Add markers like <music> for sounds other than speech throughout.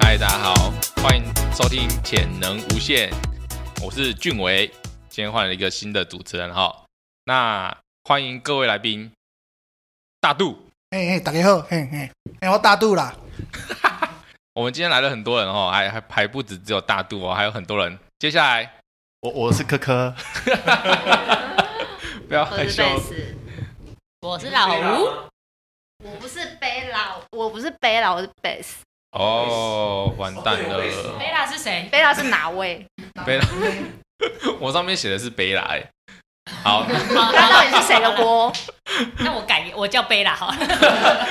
嗨，大家好，欢迎收听《潜能无限》，我是俊维，今天换了一个新的主持人哈。那欢迎各位来宾，大肚，嘿嘿，大家好，嘿嘿，嘿，我大肚啦，我们今天来了很多人哦，还还还不止只有大肚哦，还有很多人。接下来我我是 <laughs> 科科，不要我害是羞，贝斯，我是老吴，我不是贝老，我不是贝老，我是贝斯。哦，完蛋了，贝拉是谁？贝拉是哪 <laughs> 位？贝拉， <laughs> 我上面写的是贝拉哎。好，好，那那到底是谁的锅？那我改，我叫贝拉 <laughs> 好了。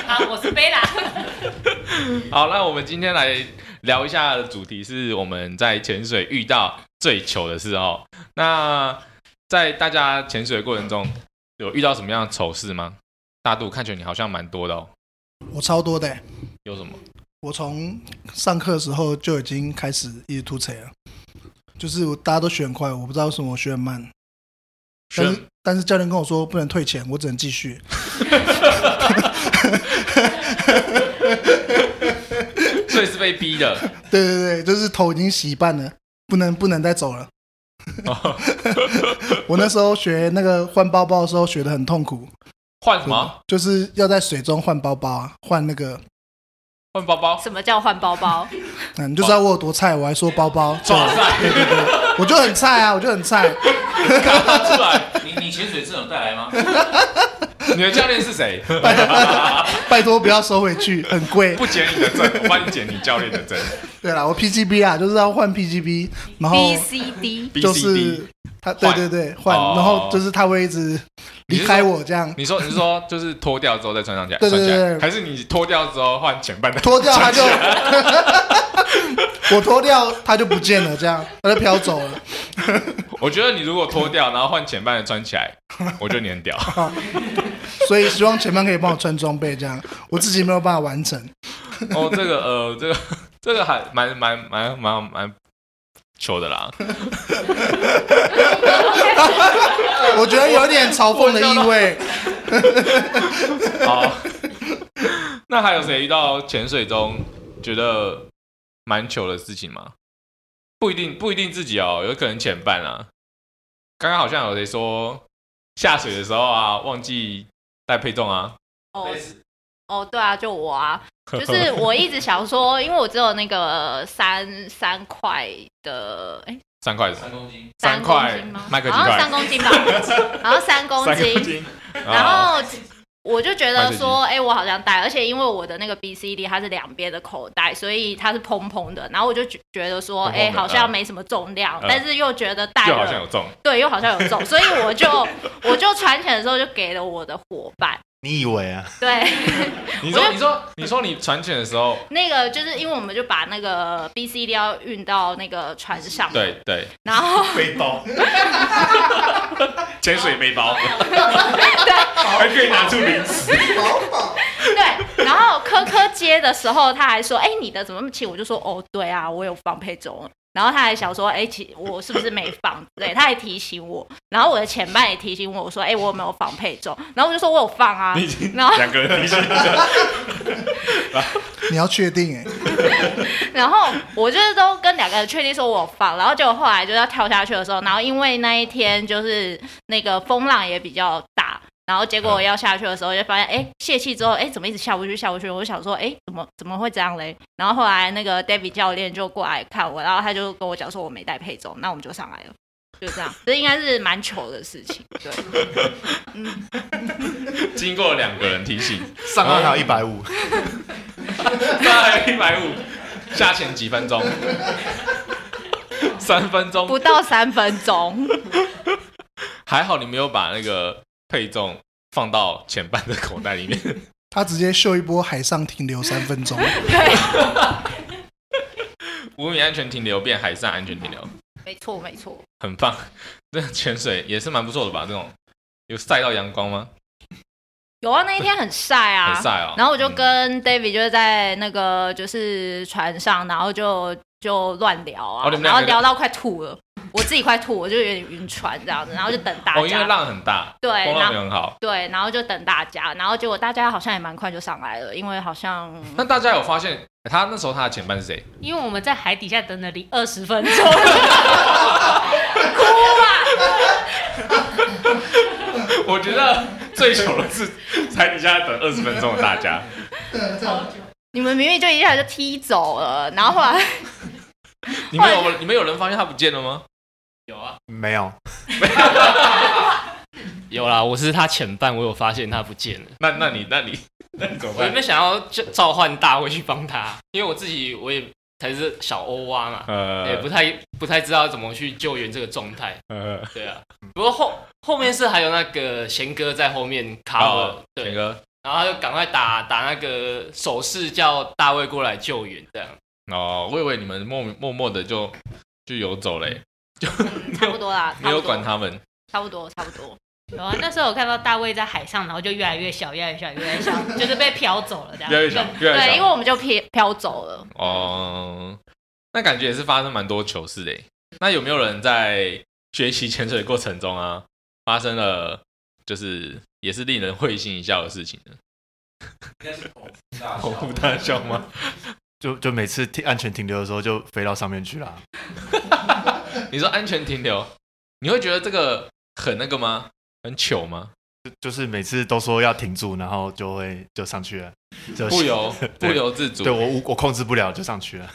好，我是贝拉。好，那我们今天来聊一下的主题是我们在潜水遇到最糗的事哦。那在大家潜水的过程中，有遇到什么样的糗事吗？大肚看起来你好像蛮多的哦，我超多的欸、有什么？ <laughs> 我从上课的时候就已经开始一直吐槽了，就是我大家都学很快，我不知道为什么我学很慢，但学是但是教练跟我说不能退钱，我只能继续， <laughs> 所以是被逼的。对对对，就是头已经洗一半了，不能不能再走了。 <laughs> 哦我那时候学那个换包包的时候学的很痛苦，换什么？就是要在水中换包包啊，换那个，换包包？什么叫换包哦包？嗯，你就知道我有多菜，我还说包包，哇塞，我就很菜啊，我就很菜。出来！你你潜水证有带来吗？你的教练是谁？拜托不要收回去，很贵。不捡你的证，我帮你捡你教练的 <laughs> 证。对啦，我 PGB 啊，就是要换 PGB，然 B 后 C D， B 就 C 是 D，他，对换对对，换哦，然后就是他会一直离开我这样，你说你是说就是脱掉之后再穿上起来，对对穿起来对对对还是你脱掉之后换前半段？脱掉他就，我脱掉他就不见了，这样他就飘走了。我觉得你如果脱掉，然后换前半的穿起来，我觉得你很屌。所以希望前方可以帮我穿装备，这样我自己没有办法完成。哦，这个呃，这个这个还蛮蛮蛮蛮蛮糗的啦。我觉得有点嘲讽的意味。好，那还有谁遇到潜水中觉得蛮糗的事情吗？不一定，不一定自己哦，有可能前半啊。刚刚好像有谁说下水的时候啊，忘记带配重啊。哦哦，对啊，就 <laughs> 我啊，就是我一直想说，因为我只有那个三三块的，哎，三块三公斤，三公块斤吗？麦克几好像三块？公斤吧， <laughs> 好像三公斤，斤。然后我就觉换得啊手机说，哎、我好像带，而且因为我的那个 B C D 它是两边的口袋，所以它是蓬蓬的，然后我就觉觉得说，蓬哎、蓬的啊好像没什么重量，但是又觉得带就好像了，有中。对，又好像有重，所以我就 <laughs> 我就传起来的时候就给了我的伙伴，你以为啊？ <laughs> 对，你我说就你说你说你船潜的时候，那个就是因为我们就把那个 B C D 要运到那个船上，，对对，然后背包，潜水背包，还可以拿出零食。对，然后科科接的时候，他还说：“哎、你的怎么那么轻？”我就说：“哦，对啊，我有放配种。”然后他还想说：“哎、其我是不是没放？”对，他还提醒我。然后我的前伴也提醒我，我说：“哎、我有没有放配种？”然后我就说：“我有放啊。你已”经然后，两个人提醒你了，你要确定哎，然后我就是都跟两个人确定说我有放，然后结果后来就要跳下去的时候，然后因为那一天就是那个风浪也比较大，然后结果要下去的时候就发现，哎、泄气之后，哎、怎么一直下不去，下不去？我就想说，哎、怎么怎么会这样嘞？然后后来那个 David 教练就过来看我，然后他就跟我讲说我没带配重，那我们就上来了。就这样，这应该是蛮糗的事情。 <laughs> 对， <laughs> 经过两个人提醒，上岸还有一百五，那一百五，下潜几分钟？三分钟，不到三分钟， <laughs> 还好你没有把那个配重放到前半的口袋里面，他直接秀一波海上停留三分钟，五米安全停留变海上安全停留，没错没错，很棒。这潜水也是蛮不错的吧？这种有晒到阳光吗？有啊，那一天很晒啊，很晒哦。然后我就嗯跟 David 就是在那个就是船上，然后就就乱聊啊，哦你们然两个后聊到快吐了，我自己快吐，我就有点晕船这样子，然后就等大哦，因家，为浪很大，对，风然浪没后有很好。对，然后就等大家，然后结果大家好像也蛮快就上来了，因为 <laughs> 好像那大家有发现欸他那时候他的前伴是谁？因为我们在海底下等了你二十 <laughs> 分钟，啊 <laughs> 我觉得最糗的是才底下等二十分钟的大家，你们明明就一下就踢走了，然后 <laughs> 后来 <laughs> 你们有你们有人发现他不见了吗？没有，有啦，我是他前半，我有发现他不见了，那那你 <laughs> 那你那你怎么我办原？本想要就召唤大卫去帮他，因为我自己我也才是小欧蛙嘛，也呃不太不太知道怎么去救援这个状态。呃，对啊，不过后后面是还有那个贤哥在后面 cover，、哦对田，哥然后他就赶快打打那个手势叫大卫过来救援，这样哦，我以为你们默默默的就就游走嘞、差不多啦，没有管他，他们。差不多差不多，有啊，那时候我看到大卫在海上，然后就越来越小，越来越小，越来越小，就是被漂走了这样。越来越小，越来越对，因为小。我们就飘飘走了，哦，那感觉也是发生蛮多糗事的欸。那有没有人在学习潜水过程中啊，发生了就是也是令人会心一笑的事情呢？应该是口腹大笑吗？就就每次停安全停留的时候就飞到上面去啦。你说安全停留，你会觉得这个很那个吗？很糗吗？就就是每次都说要停住，然后就会就上去了，就不 <laughs> 由不对由自主对。我无我控制不了就上去了。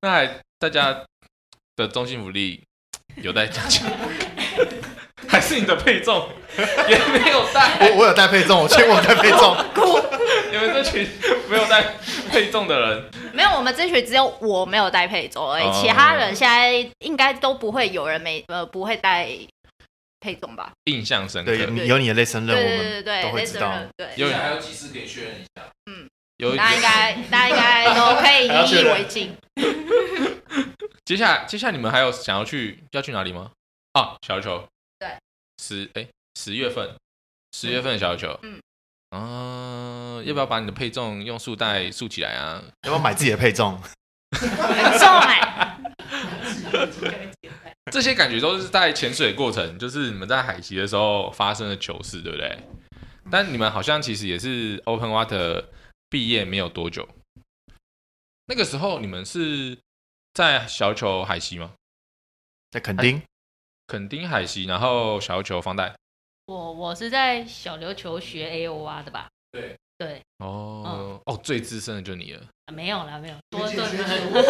那还大家的中性福利有待加强， <laughs> 还是你的配重 <laughs> 也没有带？我我有带配重，我确定我有带配 <laughs> 重。你们这群没有带配重的人，没有，我们这群只有我没有带配种而已，哦其他人现在应该都不会有人没呃不会带配种吧？印象深刻。对，你有你的类生对任，我对对们对，都会类知似道的对，有还有几次可以确认一下。有大家应该大家应该都可以引以为镜。接下来接下来你们还有想要去要去哪里吗？啊，小琉球。对。十哎十月份，十月份的小琉球。嗯嗯。啊，要不要把你的配重用束带束起来啊？要不要买自己的配重？很重哎，这些感觉都是在潜水过程，就是你们在海习的时候发生的糗事，对不对？但你们好像其实也是 Open Water 毕业没有多久，那个时候你们是在小球海习吗？在垦 <laughs> 丁，垦丁海习，然后小球放贷。我我是在小琉球学 A O R 的吧？对对、哦、哦，最资深的就你了啊没有啦，没有，多多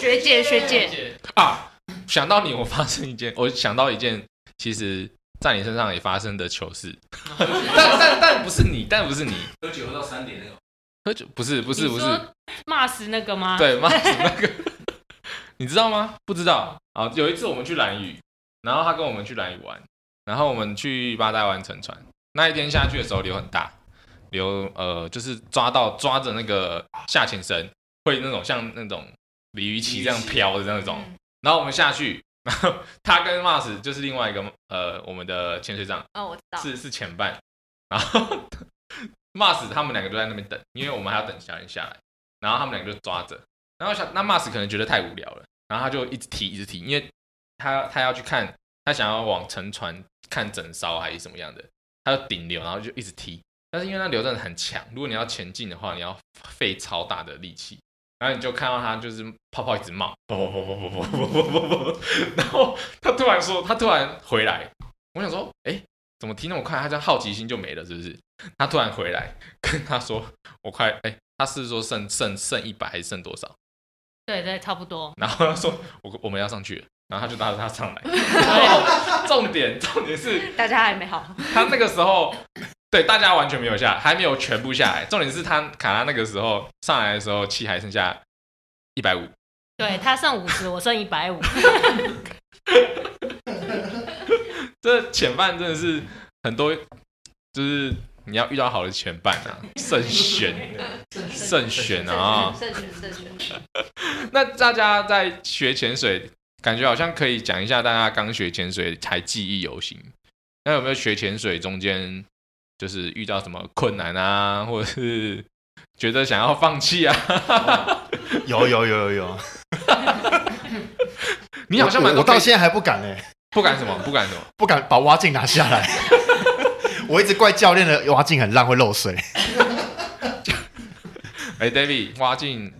学姐学姐，啊！想到你，我发生一件，我想到一件，其实在你身上也发生的糗事， <laughs> 但但但不是你，但不是你喝酒喝到三点那个，喝酒，不是不是不是，你说骂死那个吗？，对，骂死那个，你知道吗？不知道啊。有一次我们去兰屿，然后他跟我们去兰屿玩，然后我们去八代湾乘船。那一天下去的时候流很大，流呃就是抓到抓着那个下潜绳，会那种像那种鲤鱼嗯旗这样飘的那种。然后我们下去，然后他跟 Mars 就是另外一个呃我们的潜水长。哦，我知道，是是前半，然后 Mars 他们两个都在那边等，因为我们还要等其他人下来，然后他们两个就抓着，然后想那 Mars 可能觉得太无聊了，然后他就一直提一直提，因为他他要去看，他想要往沉船看整艘还是什么样的，他就顶流，然后就一直踢，但是因为那流真的很强，如果你要前进的话，你要费超大的力气。然后你就看到他就是泡泡一直冒，啵啵啵啵啵啵啵啵啵啵，然后他突然说，他突然回来，我想说，哎，怎么踢那么快？他这样好奇心就没了，是不是？他突然回来跟他说：“我快哎、他是说剩剩剩一百还是剩多少？”对对，差不多。然后他说：“我我们要上去了。”然后他就拉着他上来。然后重点重点是大家还没好，他那个时候对大家完全没有下来，还没有全部下来。重点是他卡拉那个时候上来的时候气还剩下一百五，对他剩五十，我剩一百五。这前半真的是很多就是你要遇到好的前伴啊，慎选，慎选 <laughs> 啊。慎选慎选。那大家在学潜水，感觉好像可以讲一下大家刚学潜水才记忆犹新。那有没有学潜水中间就是遇到什么困难啊，或者是觉得想要放弃啊？ <laughs> 有有有有有，你好像蛮我我多到可以现在还不敢哎、不敢什么，不敢什么。不敢把蛙镜拿下来。 <laughs> 我一直怪教练的蛙镜很烂，会漏水。哎、d a v i d 花镜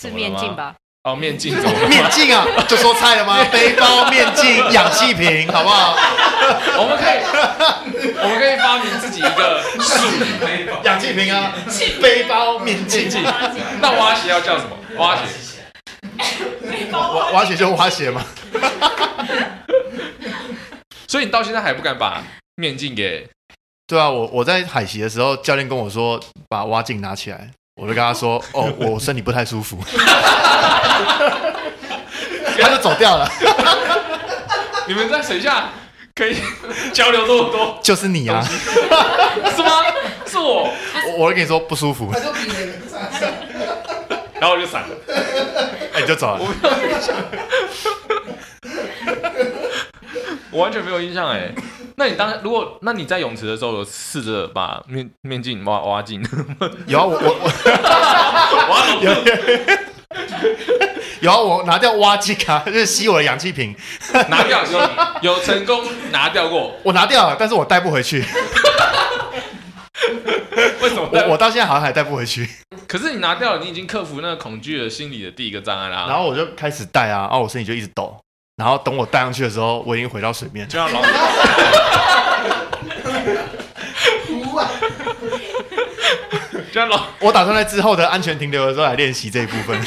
是面镜？吧？哦，面镜怎么 <laughs> 了？面镜啊，就说菜了 <laughs> 吗？背包、面 <laughs> 镜、氧气瓶，好不好？我们可以，我们可以发明自己一个术语。氧气瓶啊，背包、面镜，啊那蛙鞋要叫什么？蛙鞋。挖挖鞋就挖鞋嘛。所以你到现在还不敢把面镜给对啊，我我在海习的时候，教练跟我说把蛙镜拿起来，我就跟他说， <laughs> 哦，我身体不太舒 <laughs> 服，他就走掉了。你们在水下可以 <laughs> 交流这么多，就是你 <laughs> 啊，是吗？是我，我我就跟你说不舒服，然后我就闪了。哎、你就走了。我完全没有印象哎。那你当如果那你在泳池的时候有试着把面面镜挖挖进？有啊，我我我有有啊，我拿掉挖镜啊，就是吸我的氧气瓶，拿掉有有成功拿掉过？我拿掉了，但是我带不回去，为什么？我我到现在好像还带不回去。可是你拿掉了，你已经克服那个恐惧的心理的第一个障碍啦。然后我就开始带啊，然后我身体就一直抖，然后等我带上去的时候，我已经回到水面。就像老，就像老我打算在之后的安全停留的时候来练习这一部 <laughs> 分。啊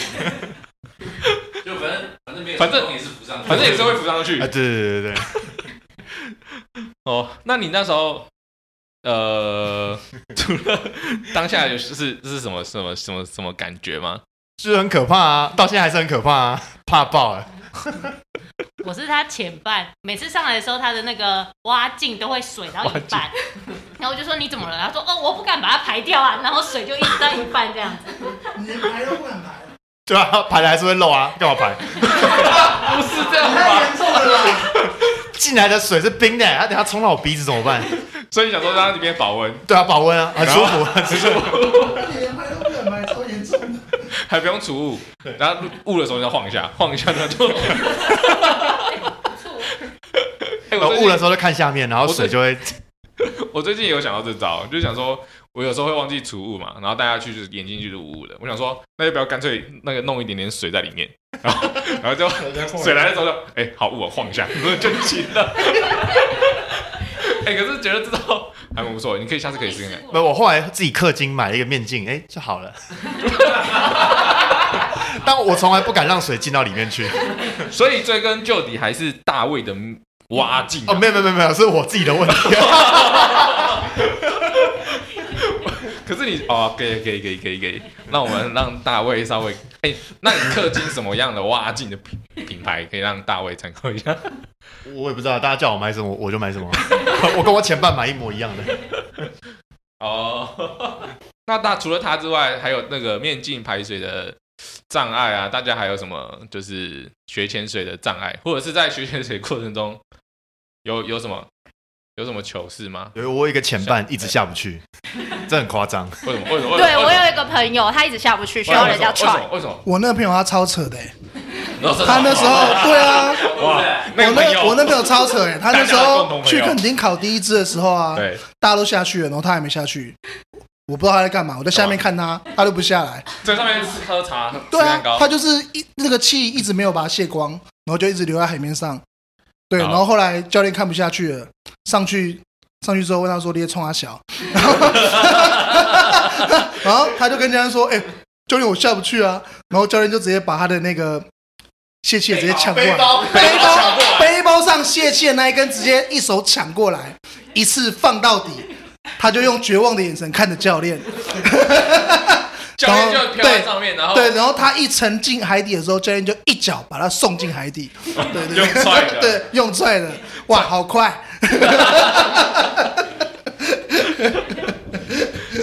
就反正反正没有，反正也是浮上去，反正也是会浮上去啊，对对对对对，哦。那你那时候，呃， <laughs> 除了当下有是是是什么什么什么什么感觉吗？就是很可怕啊，到现在还是很可怕啊，怕爆了。我是他前半，每次上来的时候，他的那个蛙镜都会水到一半， <laughs> 然后我就说你怎么了？他说哦，我不敢把它排掉啊，然后水就一直到一半这样子。你连排都不敢排，对啊，排的还是会漏啊，干嘛排？ <laughs> 不是这样太吧？严重了啦！ <laughs> 进来的水是冰的，它等下冲到我鼻子怎么办？所以你想说让它里面保温，对啊，保温啊，很舒服，很舒服。你连排都不敢排，超严重的。还不用储物，然后雾的时候你要晃一下，晃一下它就。哎、然我后最雾近的时候就看下面，然后水就会我最近也有想到这招，就是想说，我有时候会忘记储物嘛，然后大家去就是眼睛就是雾雾的，我想说，那就不要干脆那个弄一点点水在里面，然后然后就 <laughs> 水来的时候就，哎、好雾、哦，晃一下就行了。哎、可是觉得这招还蛮不错，你可以下次可以试试看。不，我后来自己氪金买了一个面镜，哎，就好了。 <laughs> 但我从来不敢让水进到里面去。所以追根究底还是大卫的挖镜、啊哦，没有没有没有没有，是我自己的问题。 <laughs> 可是你哦，可以可以可以可以可以，那我们让大卫稍微哎、那你氪金什么样的挖镜的品品牌可以让大卫参考一下？我也不知道，大家叫我买什么，我就买什么。 <laughs> 我跟我前半买一模一样的。哦， <laughs> 那大除了他之外，还有那个面镜排水的障碍啊，大家还有什么就是学潜水的障碍，或者是在学潜水过程中有有什么有什么糗事吗？有我有一个前半一直下不去，这很夸张。为什么？为什么？为什对么我有一个朋友，他一直下不去，需要人家踹。。为什么？我那个朋友他超扯的欸、为什么他那时候对啊，啊哇，那个朋我那友我那朋友超扯哎、他那时 <laughs> 大家的共候同朋去友垦丁考第一支的时候啊，对，大家都下去了，然后他还没下去，我不知道他在干嘛，我在下面看他，他都不下来。在上面是喝茶，吃对蛋啊，糕他。就是一那个气一直没有把它泄光，然后就一直留在海面上。对，好然后后来教练看不下去了，上去上去之后问他说：“你也冲他小？”然后然后他就跟教练说：“哎、教练我下不去啊。”然后教练就直接把他的那个泄气的直接抢过来，背包背包上泄气的那一根直接一手抢过来，一次放到底。他就用绝望的眼神看着教练，教练然就后飘在上面，然后对，然后他一沉进海底的时候，教练就一脚把他送进 <laughs> 海底，对 <laughs> 对对，用踹的 <laughs> 对，用踹的，哇，好快！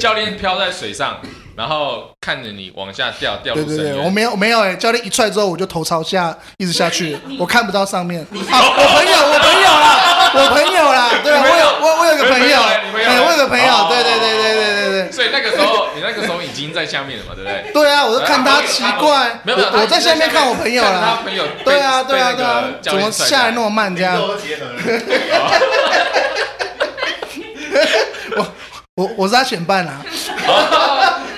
教练飘在水上，然后看着你往下掉，掉对入对深对，我渊。没有没有哎、教练一踹之后我就头朝下一直下去，我看不到上面。啊，我朋友，我朋友啦，我朋友啦，对，啊我有我我有个朋友，你朋友哎，我有个朋友哦，对对对对对对对。所以那个时候，你那个时候已经在下面了嘛，对不对？对啊，我就看他奇怪，哎没有，没有我我在下面看我朋友看他啦。朋友被对啊，对啊，被那对啊个，教怎么练踹下来那么慢这样？都结合了。我我是他选办啊，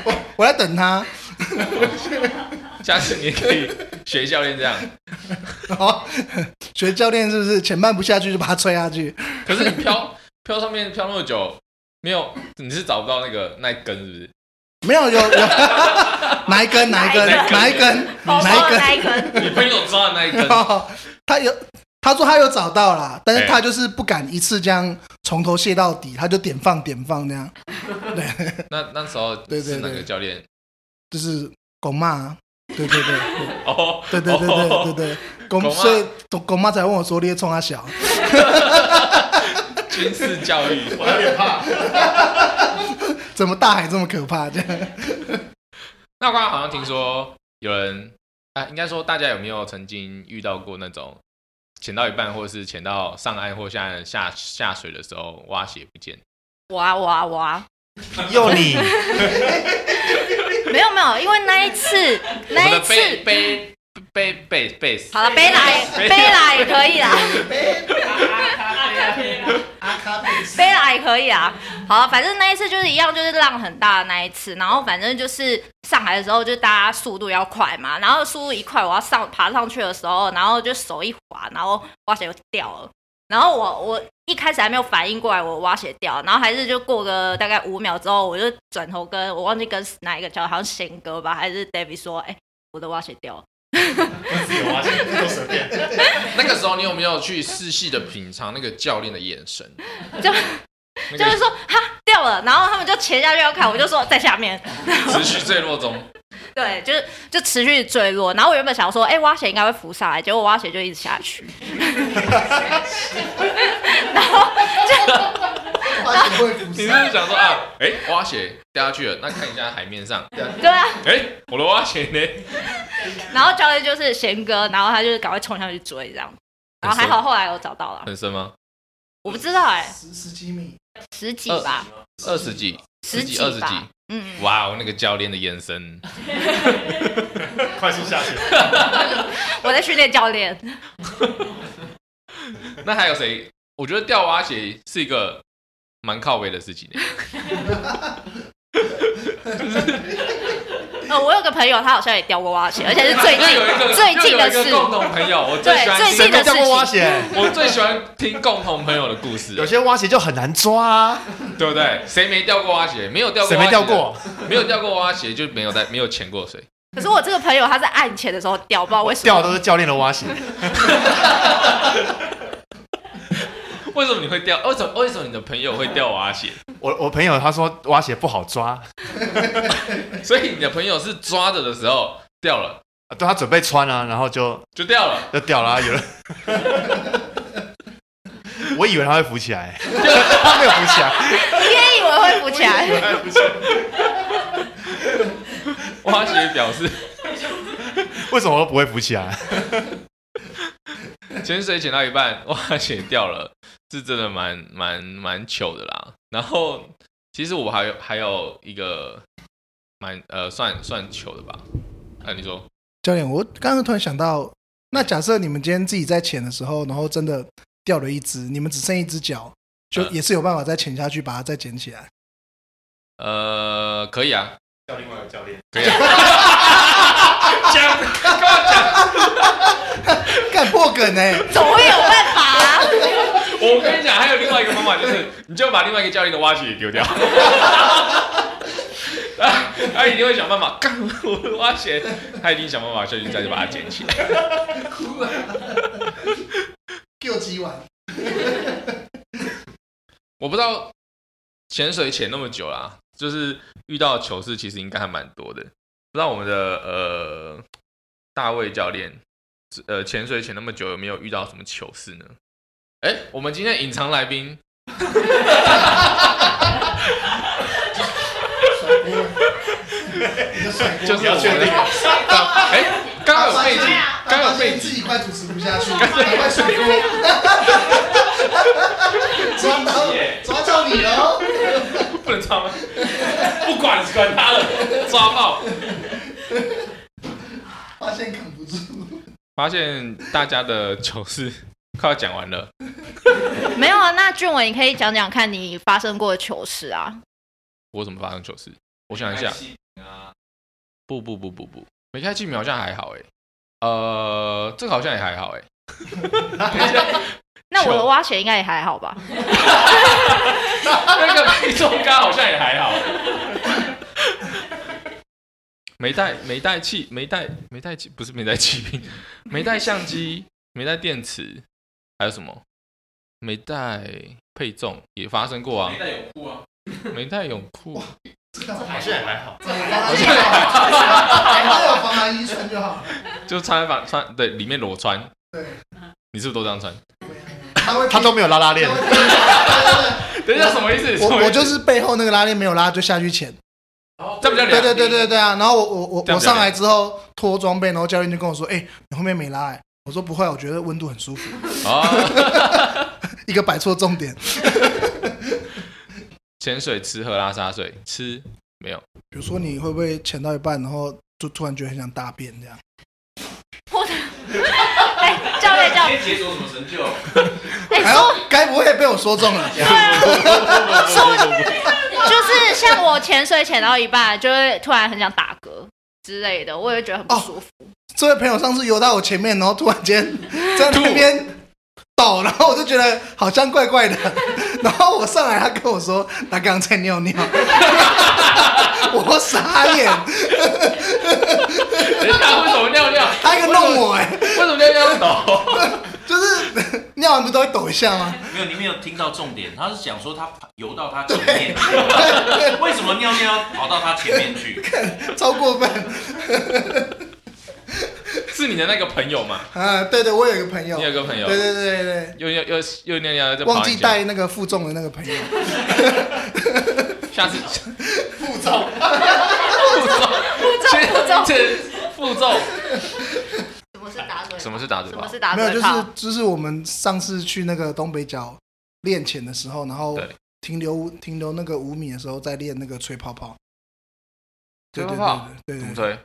我我在等他。 <laughs> 下次你可以学教练这样。哦， <laughs> 学教练是不是前半不下去就把他吹下去？可是你飘飘上面飘那么久，没有，你是找不到那个那一根是不是？没有有有，哪一根哪一根哪哪一一根根哦哪一根？那一根，你朋友抓的那一 <laughs> 根，哦，他有，他说他有找到啦，但是哎他就是不敢一次这样从头卸到底，他就点放点放这样，那那时候对对是那对个教练就是狗骂啊，对对对哦，对对对对对哦对对，狗狗妈所以狗妈才问我说你在冲他小，军事教育，我有点怕。怎么大海这么可怕这样？ <laughs> 那我刚刚好像听说有人啊，应该说大家有没有曾经遇到过那种潜到一半，或者是潜到上岸或下岸下下水的时候挖鞋不见？我啊我啊我啊，又你，没有没有，因为那一次我那们一的次，背背背背背死，好了，背来背来也可以啦，背来也可以啦。好了，反正那一次就是一样，就是浪很大的那一次，然后反正就是上来的时候，就大家速度要快嘛，然后速度一快，我要上爬上去的时候，然后就手一滑，然后蛙鞋就掉了。然后我我一开始还没有反应过来，我蛙鞋掉，然后还是就过个大概五秒之后，我就转头跟我忘记跟哪一个教练，好像贤哥吧，还是 David 说，哎、我的蛙鞋掉了。都随便。那个时候你有没有去细细的品尝那个教练的眼神？就那就是个说哈掉了，然后他们就潜下去要看，我就说在下面，嗯持续坠落中，对，就是就持续坠落。然后我原本想说，哎、蛙鞋应该会浮上来，结果蛙鞋就一直下 <laughs> 去，然后 <laughs> 你是不是想说啊，哎、挖鞋掉下去了，那看一下海面上，就对啊，哎、我的挖鞋呢？然后教练就是贤哥，然后他就是赶快冲下去追这样，然后还好后来我找到了，很深吗？我不知道哎、十十几米，十几吧，二十几，十几，几二十吧几。嗯，哇哦，那个教练的眼神，快速下去。 <laughs> 我在训练教练，那还有谁？我觉得掉蛙鞋是一个蛮靠背的事情耶。呃，我有个朋友他好像也掉过蛙鞋，而且是最又 <laughs> 有一个近最近的又有一事个，共同朋友，我最对喜欢最谁近没的掉事过蛙情，鞋？我最喜欢听共同朋友的故事，啊有些蛙鞋就很难抓啊，对不对？谁没掉过蛙鞋？没有掉过，谁没掉？过？没有掉过蛙鞋就没有在没有潜过水。可是我这个朋友他在岸前的时候掉，不知道为什么掉的都是教练的蛙鞋，为什么你会掉？为什么为什么你的朋友会掉蛙鞋？我我朋友他说蛙鞋不好抓，啊所以你的朋友是抓着的时候掉了对他准备穿啊，然后就就掉了，就掉了、啊，有人。 <laughs> 我以为他会浮起来，他没有浮起来，你也以为会浮起来，蛙鞋表示为什么都不会浮起来？潜水潜到一半，哇， <laughs> 血掉了，是真的蛮蛮蛮糗的啦。然后其实我还有还有一个蛮呃算算糗的吧，啊，你说教练，我刚刚突然想到，那假设你们今天自己在潜的时候，然后真的掉了一只，你们只剩一只脚，就嗯也是有办法再潜下去把它再捡起来。呃可以啊，教练，教练，可 <laughs> 以啊，讲干嘛讲？干破梗哎、总会有办法、啊。我跟你讲，还有另外一个方法，就是你就把另外一个教练的蛙鞋给丢掉。 <laughs> 啊，他一定会想办法，干我的蛙鞋，他一定想办法，所以再去把它捡起来。救 <laughs> 鸡碗，我不知道潜水潜那么久啦，就是遇到糗事其实应该还蛮多的。不知道我们的呃大卫教练，呃潜水潜那么久有没有遇到什么糗事呢？哎、我们今天隐藏来宾，甩锅就是我们的。哎，刚刚有背景，刚刚有背自景，己快主持不下去，赶快甩锅。抓到抓到你喽！不能抓吗？不管管他了，抓爆！发现扛不住，发现大家的糗事快要讲完了，没有啊，那俊文，你可以讲讲看你发生过的糗事啊。我怎么发生糗事？我想一下，啊不不不不不，没开气瓶好像还好哎、呃，这个好像也还好哎、那我的挖钱应该也还好吧？ <laughs> 那个配重杆好像也还好。没带没带气没带没带气不是没带气瓶，没带相机，没带电池，还有什么？没带配重也发生过啊。没带泳裤啊。没带泳裤，好像也还好。怎么防寒衣好？只要有防寒衣穿就好。就穿反穿对里面裸穿。对。你是不是都这样穿？他会他都没有拉拉链，等一下什么意思？什么意我思我就是背后那个拉链没有拉就下去潜，这比较对凉对对对对啊！然后我我我这样比我较上来之后脱装备，然后教练就跟我说：“哎、你后面没拉、欸。”我说：“不会，我觉得温度很舒服。哦。”一个摆错重点，潜水吃喝拉撒睡吃没有比如说你会不会潜到一半，然后就突然觉得很想大便这样？哎、教练教练，解锁什么成就？哎、哎呦说，该不会被我说中了？啊就是像我潜水潜到一半，就会突然很想打嗝之类的，我也觉得很不舒服。 <laughs> 这位朋友上次游到我前面，然后突然间在那边抖，然后我就觉得好像怪怪的。然后我上来，他跟我说他刚刚在尿 <laughs> 尿，我傻眼，等一下哎为什么尿尿？他一个弄我哎、为什么尿尿会抖？就是 <laughs> 尿完不都会抖一下吗？没有，你没有听到重点，他是讲说他游到他前面， <laughs> 为什么尿尿要跑到他前面去？超过分是你的那个朋友嘛？啊！对对，我有一个朋友你，有个朋友对对对对又又又又尿尿在对，跑忘你记家，带那个负重的那个 <laughs> 朋友，下次负重，负重，负重，这负重，什么是打嗝？什么是打嘴什么巴？是打没有，嗝就炮是？就是我们上次去那个东北角练潜的时候，然后对停留停留那个五米的时候，在练那个吹泡泡。吹对对泡泡对怎么对对，吹？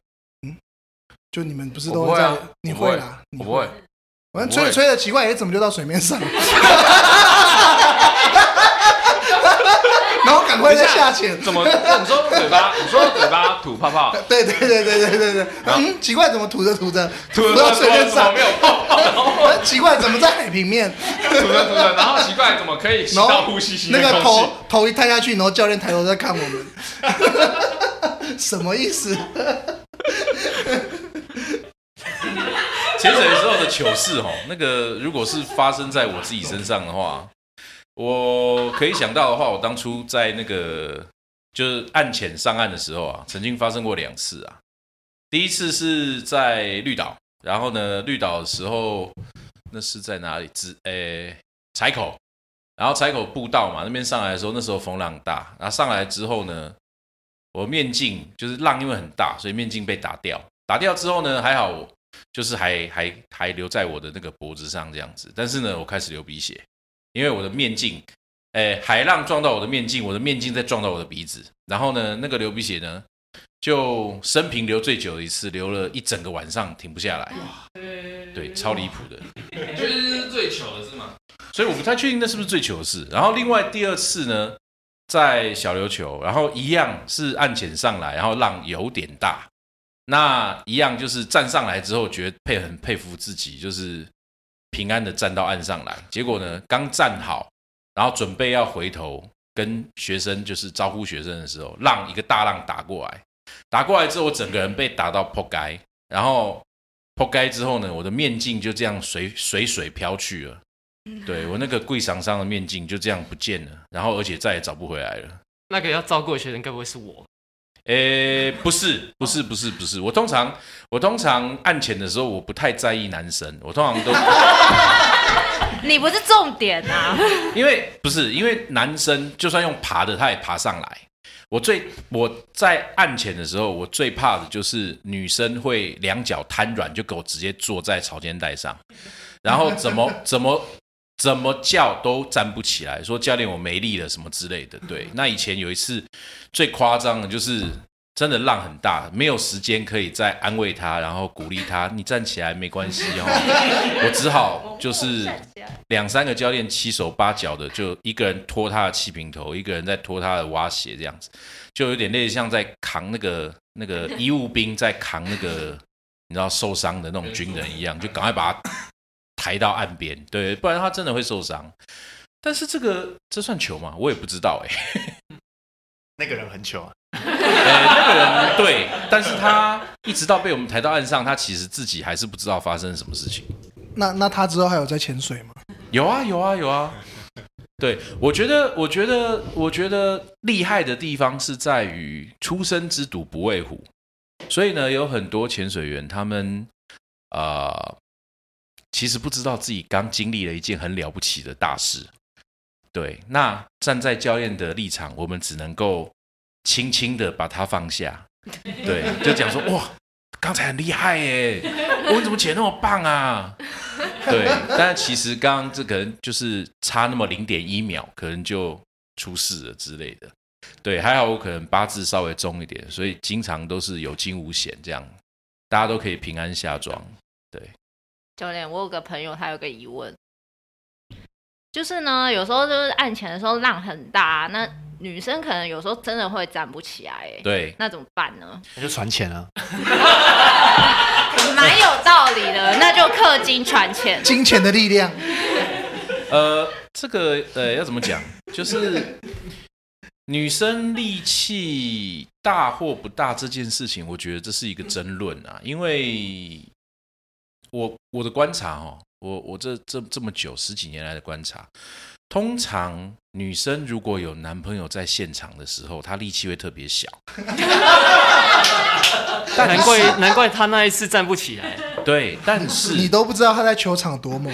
就你们不是我都不会在？啊你我不会啦，你我不会。，反正我不会吹着吹着奇怪，哎，怎么就到水面上？ <laughs> 然后赶快再下潜，怎么？你说嘴巴，你说嘴巴吐泡泡，对对对对对对对，嗯，奇怪，怎么吐着吐着吐到水面怎么上没？有泡 <laughs> 泡？然后呃奇怪，怎么在海平面？吐着吐着，然后奇怪，怎么可以吸然到后呼吸新那的个空头气？头一探下去，然后教练抬头在看我们， <laughs> 什么意思？潜水的时候的糗事哦，那个如果是发生在我自己身上的话，我可以想到的话，我当初在那个就是岸潜上岸的时候啊，曾经发生过两次啊。第一次是在绿岛，然后呢，绿岛的时候那是在哪里？只诶、柴口，然后柴口步道嘛，那边上来的时候，那时候风浪大，然后上来之后呢，我面镜就是浪因为很大，所以面镜被打掉。打掉之后呢，还好我就是还还还留在我的那个脖子上这样子。但是呢，我开始流鼻血，因为我的面镜，诶、海浪撞到我的面镜，我的面镜再撞到我的鼻子，然后呢，那个流鼻血呢，就生平流最久的一次，流了一整个晚上停不下来。对，超离谱的。 <laughs> 就是最糗的是吗？所以我不太确定那是不是最糗的事。然后另外第二次呢，在小琉球，然后一样是岸潜上来，然后浪有点大，那一样就是站上来之后，觉得佩很佩服自己，就是平安的站到岸上来。结果呢，刚站好，然后准备要回头跟学生就是招呼学生的时候，浪一个大浪打过来，打过来之后，我整个人被打到破街，然后破街之后呢，我的面镜就这样随随水飘去了。对我那个贵厂商的面镜就这样不见了，然后而且再也找不回来了。那个要照顾的学生该不会是 <laughs> 我？诶，呃不是，不是，不是，不是。我通常我通常按钱的时候，我不太在意男生，我通常都你不是重点啊！因为不是因为男生就算用爬的，他也爬上来。我最我在岸潜的时候，我最怕的就是女生会两脚瘫软，就给我直接坐在潮间带上，然后怎么怎么怎么叫都站不起来，说教练我没力了什么之类的。对，那以前有一次最夸张的就是真的浪很大，没有时间可以再安慰她，然后鼓励她，你站起来没关系哦。我只好就是两三个教练七手八脚的，就一个人拖她的气瓶头，一个人在拖她的蛙鞋，这样子就有点类似像在扛那个那个医务兵在扛那个你知道受伤的那种军人一样，就赶快把他抬到岸边，对，不然他真的会受伤。但是这个这算球吗？我也不知道哎、 <laughs> 那个人很糗啊，呃，那个人对，但是他一直到被我们抬到岸上，他其实自己还是不知道发生什么事情。那那他之后还有在潜水吗？有啊，有啊，有啊。对，我觉得，我觉得，我觉得厉害的地方是在于出生之犊不畏虎，所以呢，有很多潜水员他们啊、呃其实不知道自己刚经历了一件很了不起的大事。对，那站在教练的立场，我们只能够轻轻的把它放下，对，就讲说哇，刚才很厉害耶，我怎么潜那么棒啊？对，但其实刚刚这可能就是差那么零点一秒，可能就出事了之类的。对，还好我可能八字稍微重一点，所以经常都是有惊无险，这样大家都可以平安下庄。教练，我有个朋友，他有个疑问，就是呢，有时候就是岸潜的时候浪很大，那女生可能有时候真的会站不起来，哎，对，那怎么办呢？ <laughs> 那就传钱啊，蛮有道理的，那就氪金传钱。金钱的力量，呃，这个呃要怎么讲？就是女生力气大或不大这件事情，我觉得这是一个争论啊，因为我我的观察哦，我我这这这么久十几年来的观察，通常女生如果有男朋友在现场的时候，她力气会特别小。但难怪难怪他那一次站不起来。对，但是你都不知道他在球场多猛。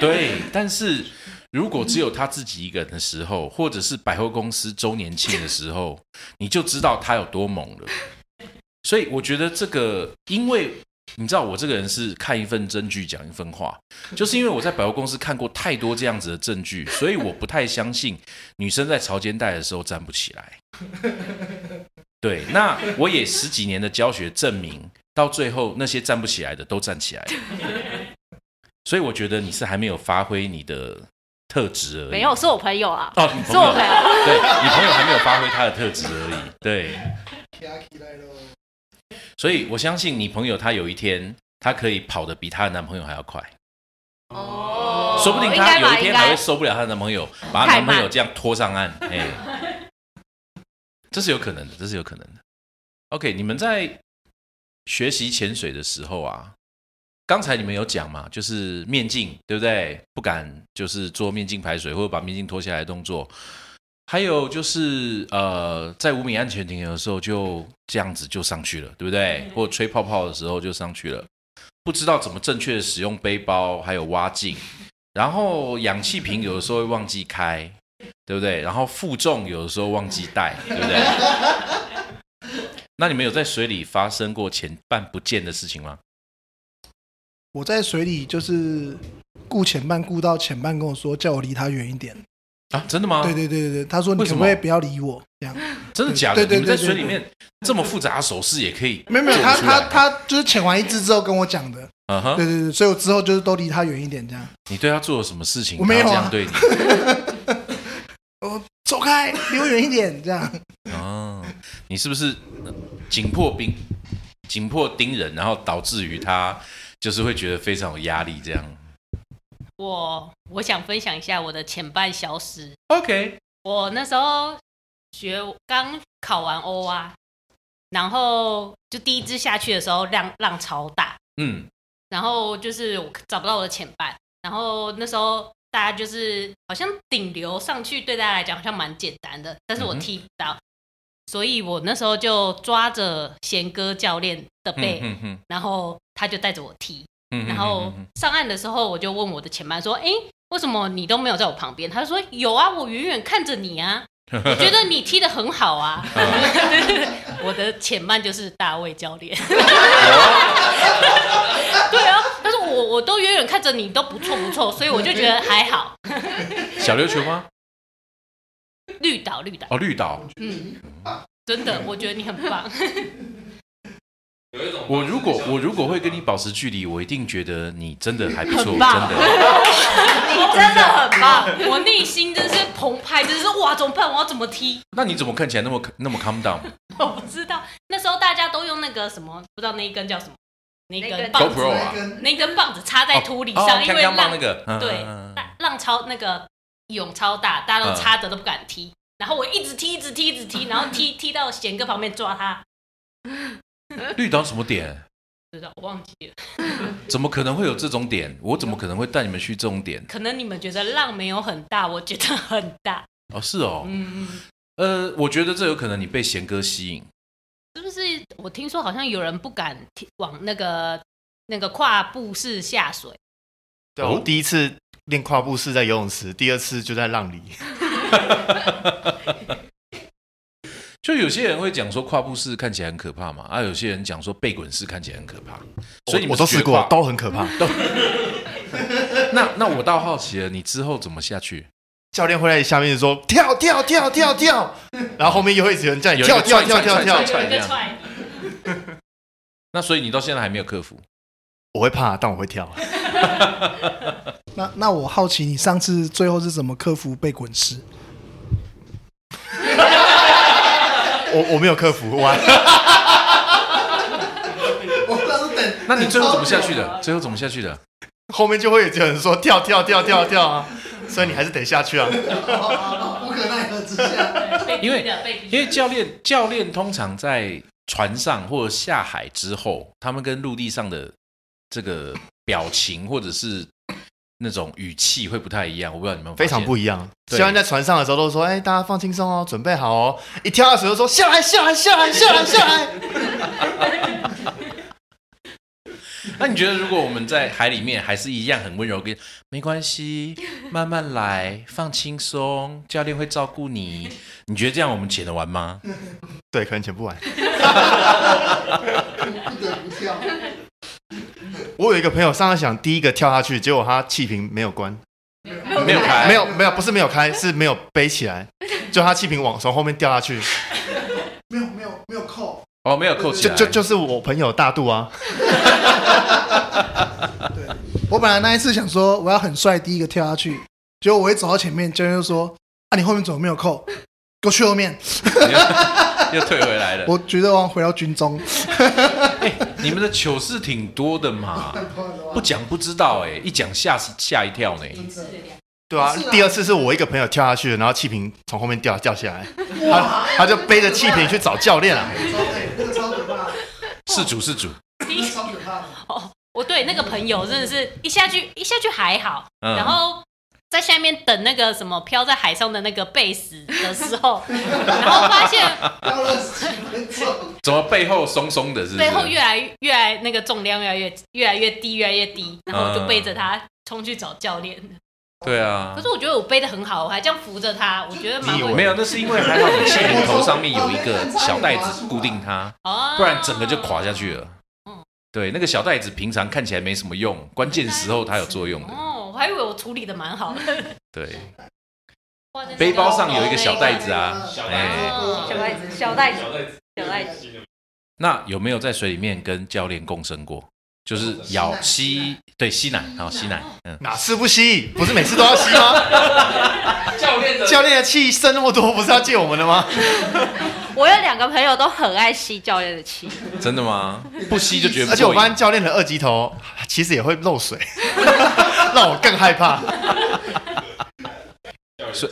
对，但是如果只有他自己一个人的时候，或者是百货公司周年庆的时候，你就知道他有多猛了。所以我觉得这个，因为你知道我这个人是看一份证据讲一份话，就是因为我在百货公司看过太多这样子的证据，所以我不太相信女生在潮间带的时候站不起来。对，那我也十几年的教学证明，到最后那些站不起来的都站起来了。所以我觉得你是还没有发挥你的特质而已。 <laughs> 没有，是我朋友啊，哦，你是朋我友，朋友。对你朋友还没有发挥他的特质而已。对，所以我相信你朋友他有一天他可以跑得比她的男朋友还要快，哦说不定应她该有吧，一应天还该会。受不了她的男朋友，把她男朋友这样拖上岸。哎，这是有可能的，这是有可能的。OK，你们在学习潜水的时候啊，刚才你们有讲嘛，就是面镜，对不对？不敢就是做面镜排水或者把面镜脱下来的动作。还有就是呃，在五米安全艇的时候就这样子就上去了，对不对？或者吹泡泡的时候就上去了，不知道怎么正确的使用背包，还有蛙镜，然后氧气瓶有的时候会忘记开，对不对？然后负重有的时候忘记带，对不对？那你们有在水里发生过前半不见的事情吗？我在水里就是顾前半顾到前半跟我说，叫我离他远一点。啊，真的吗？对对对对对，他说你为可什不么可以不要理我？这样真的假的？对对对你们在对水对里面这么复杂的手势也可以？没有没有，他做出来他他就是潜完一只之后跟我讲的。嗯对哼，对对，所以我之后就是都离他远一点，这样你对他做了什么事情？我没有啊他这样对你走开，离我远一点，这样。哦，你是不是呃紧迫盯紧迫盯人，然后导致于他就是会觉得非常有压力这样我我想分享一下我的前半消失。 ？OK，我那时候学刚考完欧啊，然后就第一支下去的时候浪浪超大，嗯，然后就是我找不到我的前半，然后那时候大家就是好像顶流上去对大家来讲好像蛮简单的，但是我嗯哼踢不到，所以我那时候就抓着贤哥教练的背，嗯嗯然后他就带着我踢，嗯然后上岸的时候，我 <laughs> 就问我的前班说：“诶，为什么你都没有在我旁边？”他就说：“有啊，我远远看着你啊。”我觉得你踢得很好啊啊。 <laughs> 我的前半就是大卫 <laughs> 教哦练。对啊，但是我我都远远看着你都不错不错，所以我就觉得还好。 <laughs> 小琉球吗？绿岛绿岛，哦，绿岛。嗯，真嗯的，我觉得你很棒。我如果我如果会跟你保持距离，我一定觉得你真的还不错，真很 <laughs> 棒的。你真的很棒， <laughs> 我内心真是澎湃，真是哇，怎么办？我要怎么踢？那你怎么看起来那么那么 calm down？我不知道。那时候大家都用那个什么，不知道那一根叫什么，那一那根根棒 GoPro 子，啊那根棒子插在土里哦上，因为刚刚浪那个，嗯对嗯嗯嗯大浪超那个涌超大，大家都插着都不敢踢。然后我一直踢，一直踢，一直踢，然后踢踢到贤哥旁边抓他，嗯绿岛什么点？不知道我忘记了。怎么可能会有这种点？我怎么可能会带你们去这种点？可能你们觉得浪没有很大，我觉得很大。哦，是哦，嗯，嗯，呃，我觉得这有可能你被贤哥吸引，是不是？我听说好像有人不敢踢往那个那个跨步式下水，对啊，哦我第一次练跨步是在游泳池，第二次就在浪里。就有些人会讲说跨步式看起来很可怕嘛，啊，有些人讲说背滚式看起来很可怕，所以你们我我都是试觉得过跨，都很可怕。那那我倒好奇了，你之后怎么下去？教练会在下面说跳跳跳跳跳，然后后面又会有人叫你有一跳个跳跳踹踹踹，跳跳有一这个样踹你。那所以你到现在还没有克服？我会怕，但我会跳。那那我好奇你上次最后是怎么克服被滚石？我我没有克服，我还我当时等，那你最后怎么下去的？最后怎么下去的？后面就会有人说跳跳跳跳跳 <laughs> 啊，所以你还是得下去啊。无可奈何之下，被因为逼的被逼的因为教练教练通常在船上或者下海之后，他们跟陆地上的这个表情或者是那种语气会不太一样，我不知道你们有没有非常不一一样。对教练在船上的时候都说：“哎，大家放轻松哦，准备好哦。”一跳到水就说：“下来，下来，下来， <laughs> 下来，下来。样。那你觉得如果我们在海里面还是一样很温柔，跟没关系，慢慢来，放轻松，教练会照顾你，你觉得这样我们潜得完吗？”对，可能潜不完。不得不跳。 <laughs> 我有一个朋友上来想第一个跳下去，结果他气瓶没有关，没有开，没有没有，不是没有 <laughs> 开，是没有背起来，就他气瓶往从后面掉下去，没有没有没有扣，哦，没有扣起就来，就就是我朋友大肚啊，我本来那一次想说我要很帅，第一个跳下去，结果我一走到前面，教练就说：“啊，你后面怎么没有扣？给我去后面。又又退回来”了。我觉得我要回到军中，你们的糗事挺多的 <laughs> 嘛，不讲不知道哎、一讲吓死吓一跳呢、对啊。第二次是我一个朋友跳下去，然后气瓶从后面掉掉下来，他他就背着气瓶去找教练啊。那个超可怕，是主是主，那超可怕。我对那个朋友真的是一下去一下去还好，嗯然后在下面等那个什么飘在海上的那个贝斯的时候，然后发现跳了十分钟，怎么背后松松 <laughs> 的是不是？背后越来越越来那个重量越来越越来越低越来越低，然后我嗯就背着他冲去找教练。对啊可，是我觉得我背的很好，我还这样扶着他，我觉得蛮你以稳为没有，那是因为还好你气瓶头上面有一 <laughs> 个小袋子固定它，哦，不然整个就垮下去了嗯。对，那个小袋子平常看起来没什么用，关键时候它有作用的。哦，我还以为我处理的蛮好的。对，挂在那个背包上有一个小袋子啊，哎，哦小袋子，小袋子，小袋子，那有没有在水里面跟教练共生过？就是咬哦吸，对吸奶，好吸奶，嗯，哪次不吸？不是每次都要吸吗？ <laughs> 教练的教练的气剩那么多，不是要借我们的吗？我有两个朋友都很爱吸教练的气，真的吗？不吸就觉得而不且我过瘾发现教练的二级头其实也会漏水， <laughs> 让我更害怕。所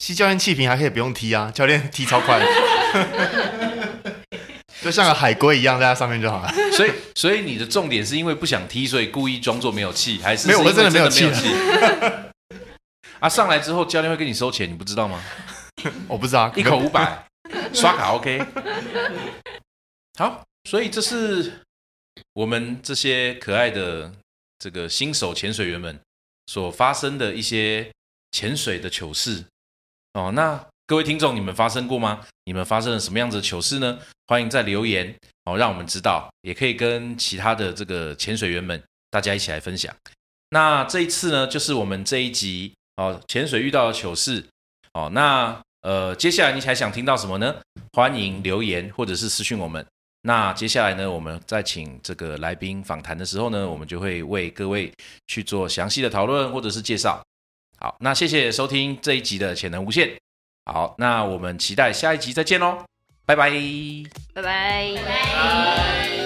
吸教练气瓶还可以不用踢啊，教练踢超快的， <laughs> 就像个海龟一样在它上面就好了。所以，所以你的重点是因为不想踢，所以故意装作没有气，还是没有我是因为真的没有真的没有气气？啊，上来之后教练会跟你收钱，你不知道吗？我不知道，啊一口五 <laughs> 百，刷卡 OK。好，所以这是我们这些可爱的这个新手潜水员们所发生的一些潜水的糗事哦。那各位听众，你们发生过吗？你们发生了什么样子的糗事呢？欢迎在留言哦，让我们知道，也可以跟其他的这个潜水员们大家一起来分享。那这一次呢，就是我们这一集哦，潜水遇到的糗事哦。那呃，接下来你还想听到什么呢？欢迎留言或者是私讯我们。那接下来呢，我们再请这个来宾访谈的时候呢，我们就会为各位去做详细的讨论或者是介绍。好，那谢谢收听这一集的潜能无限。好，那我们期待下一集再见喽，拜拜。拜拜。拜。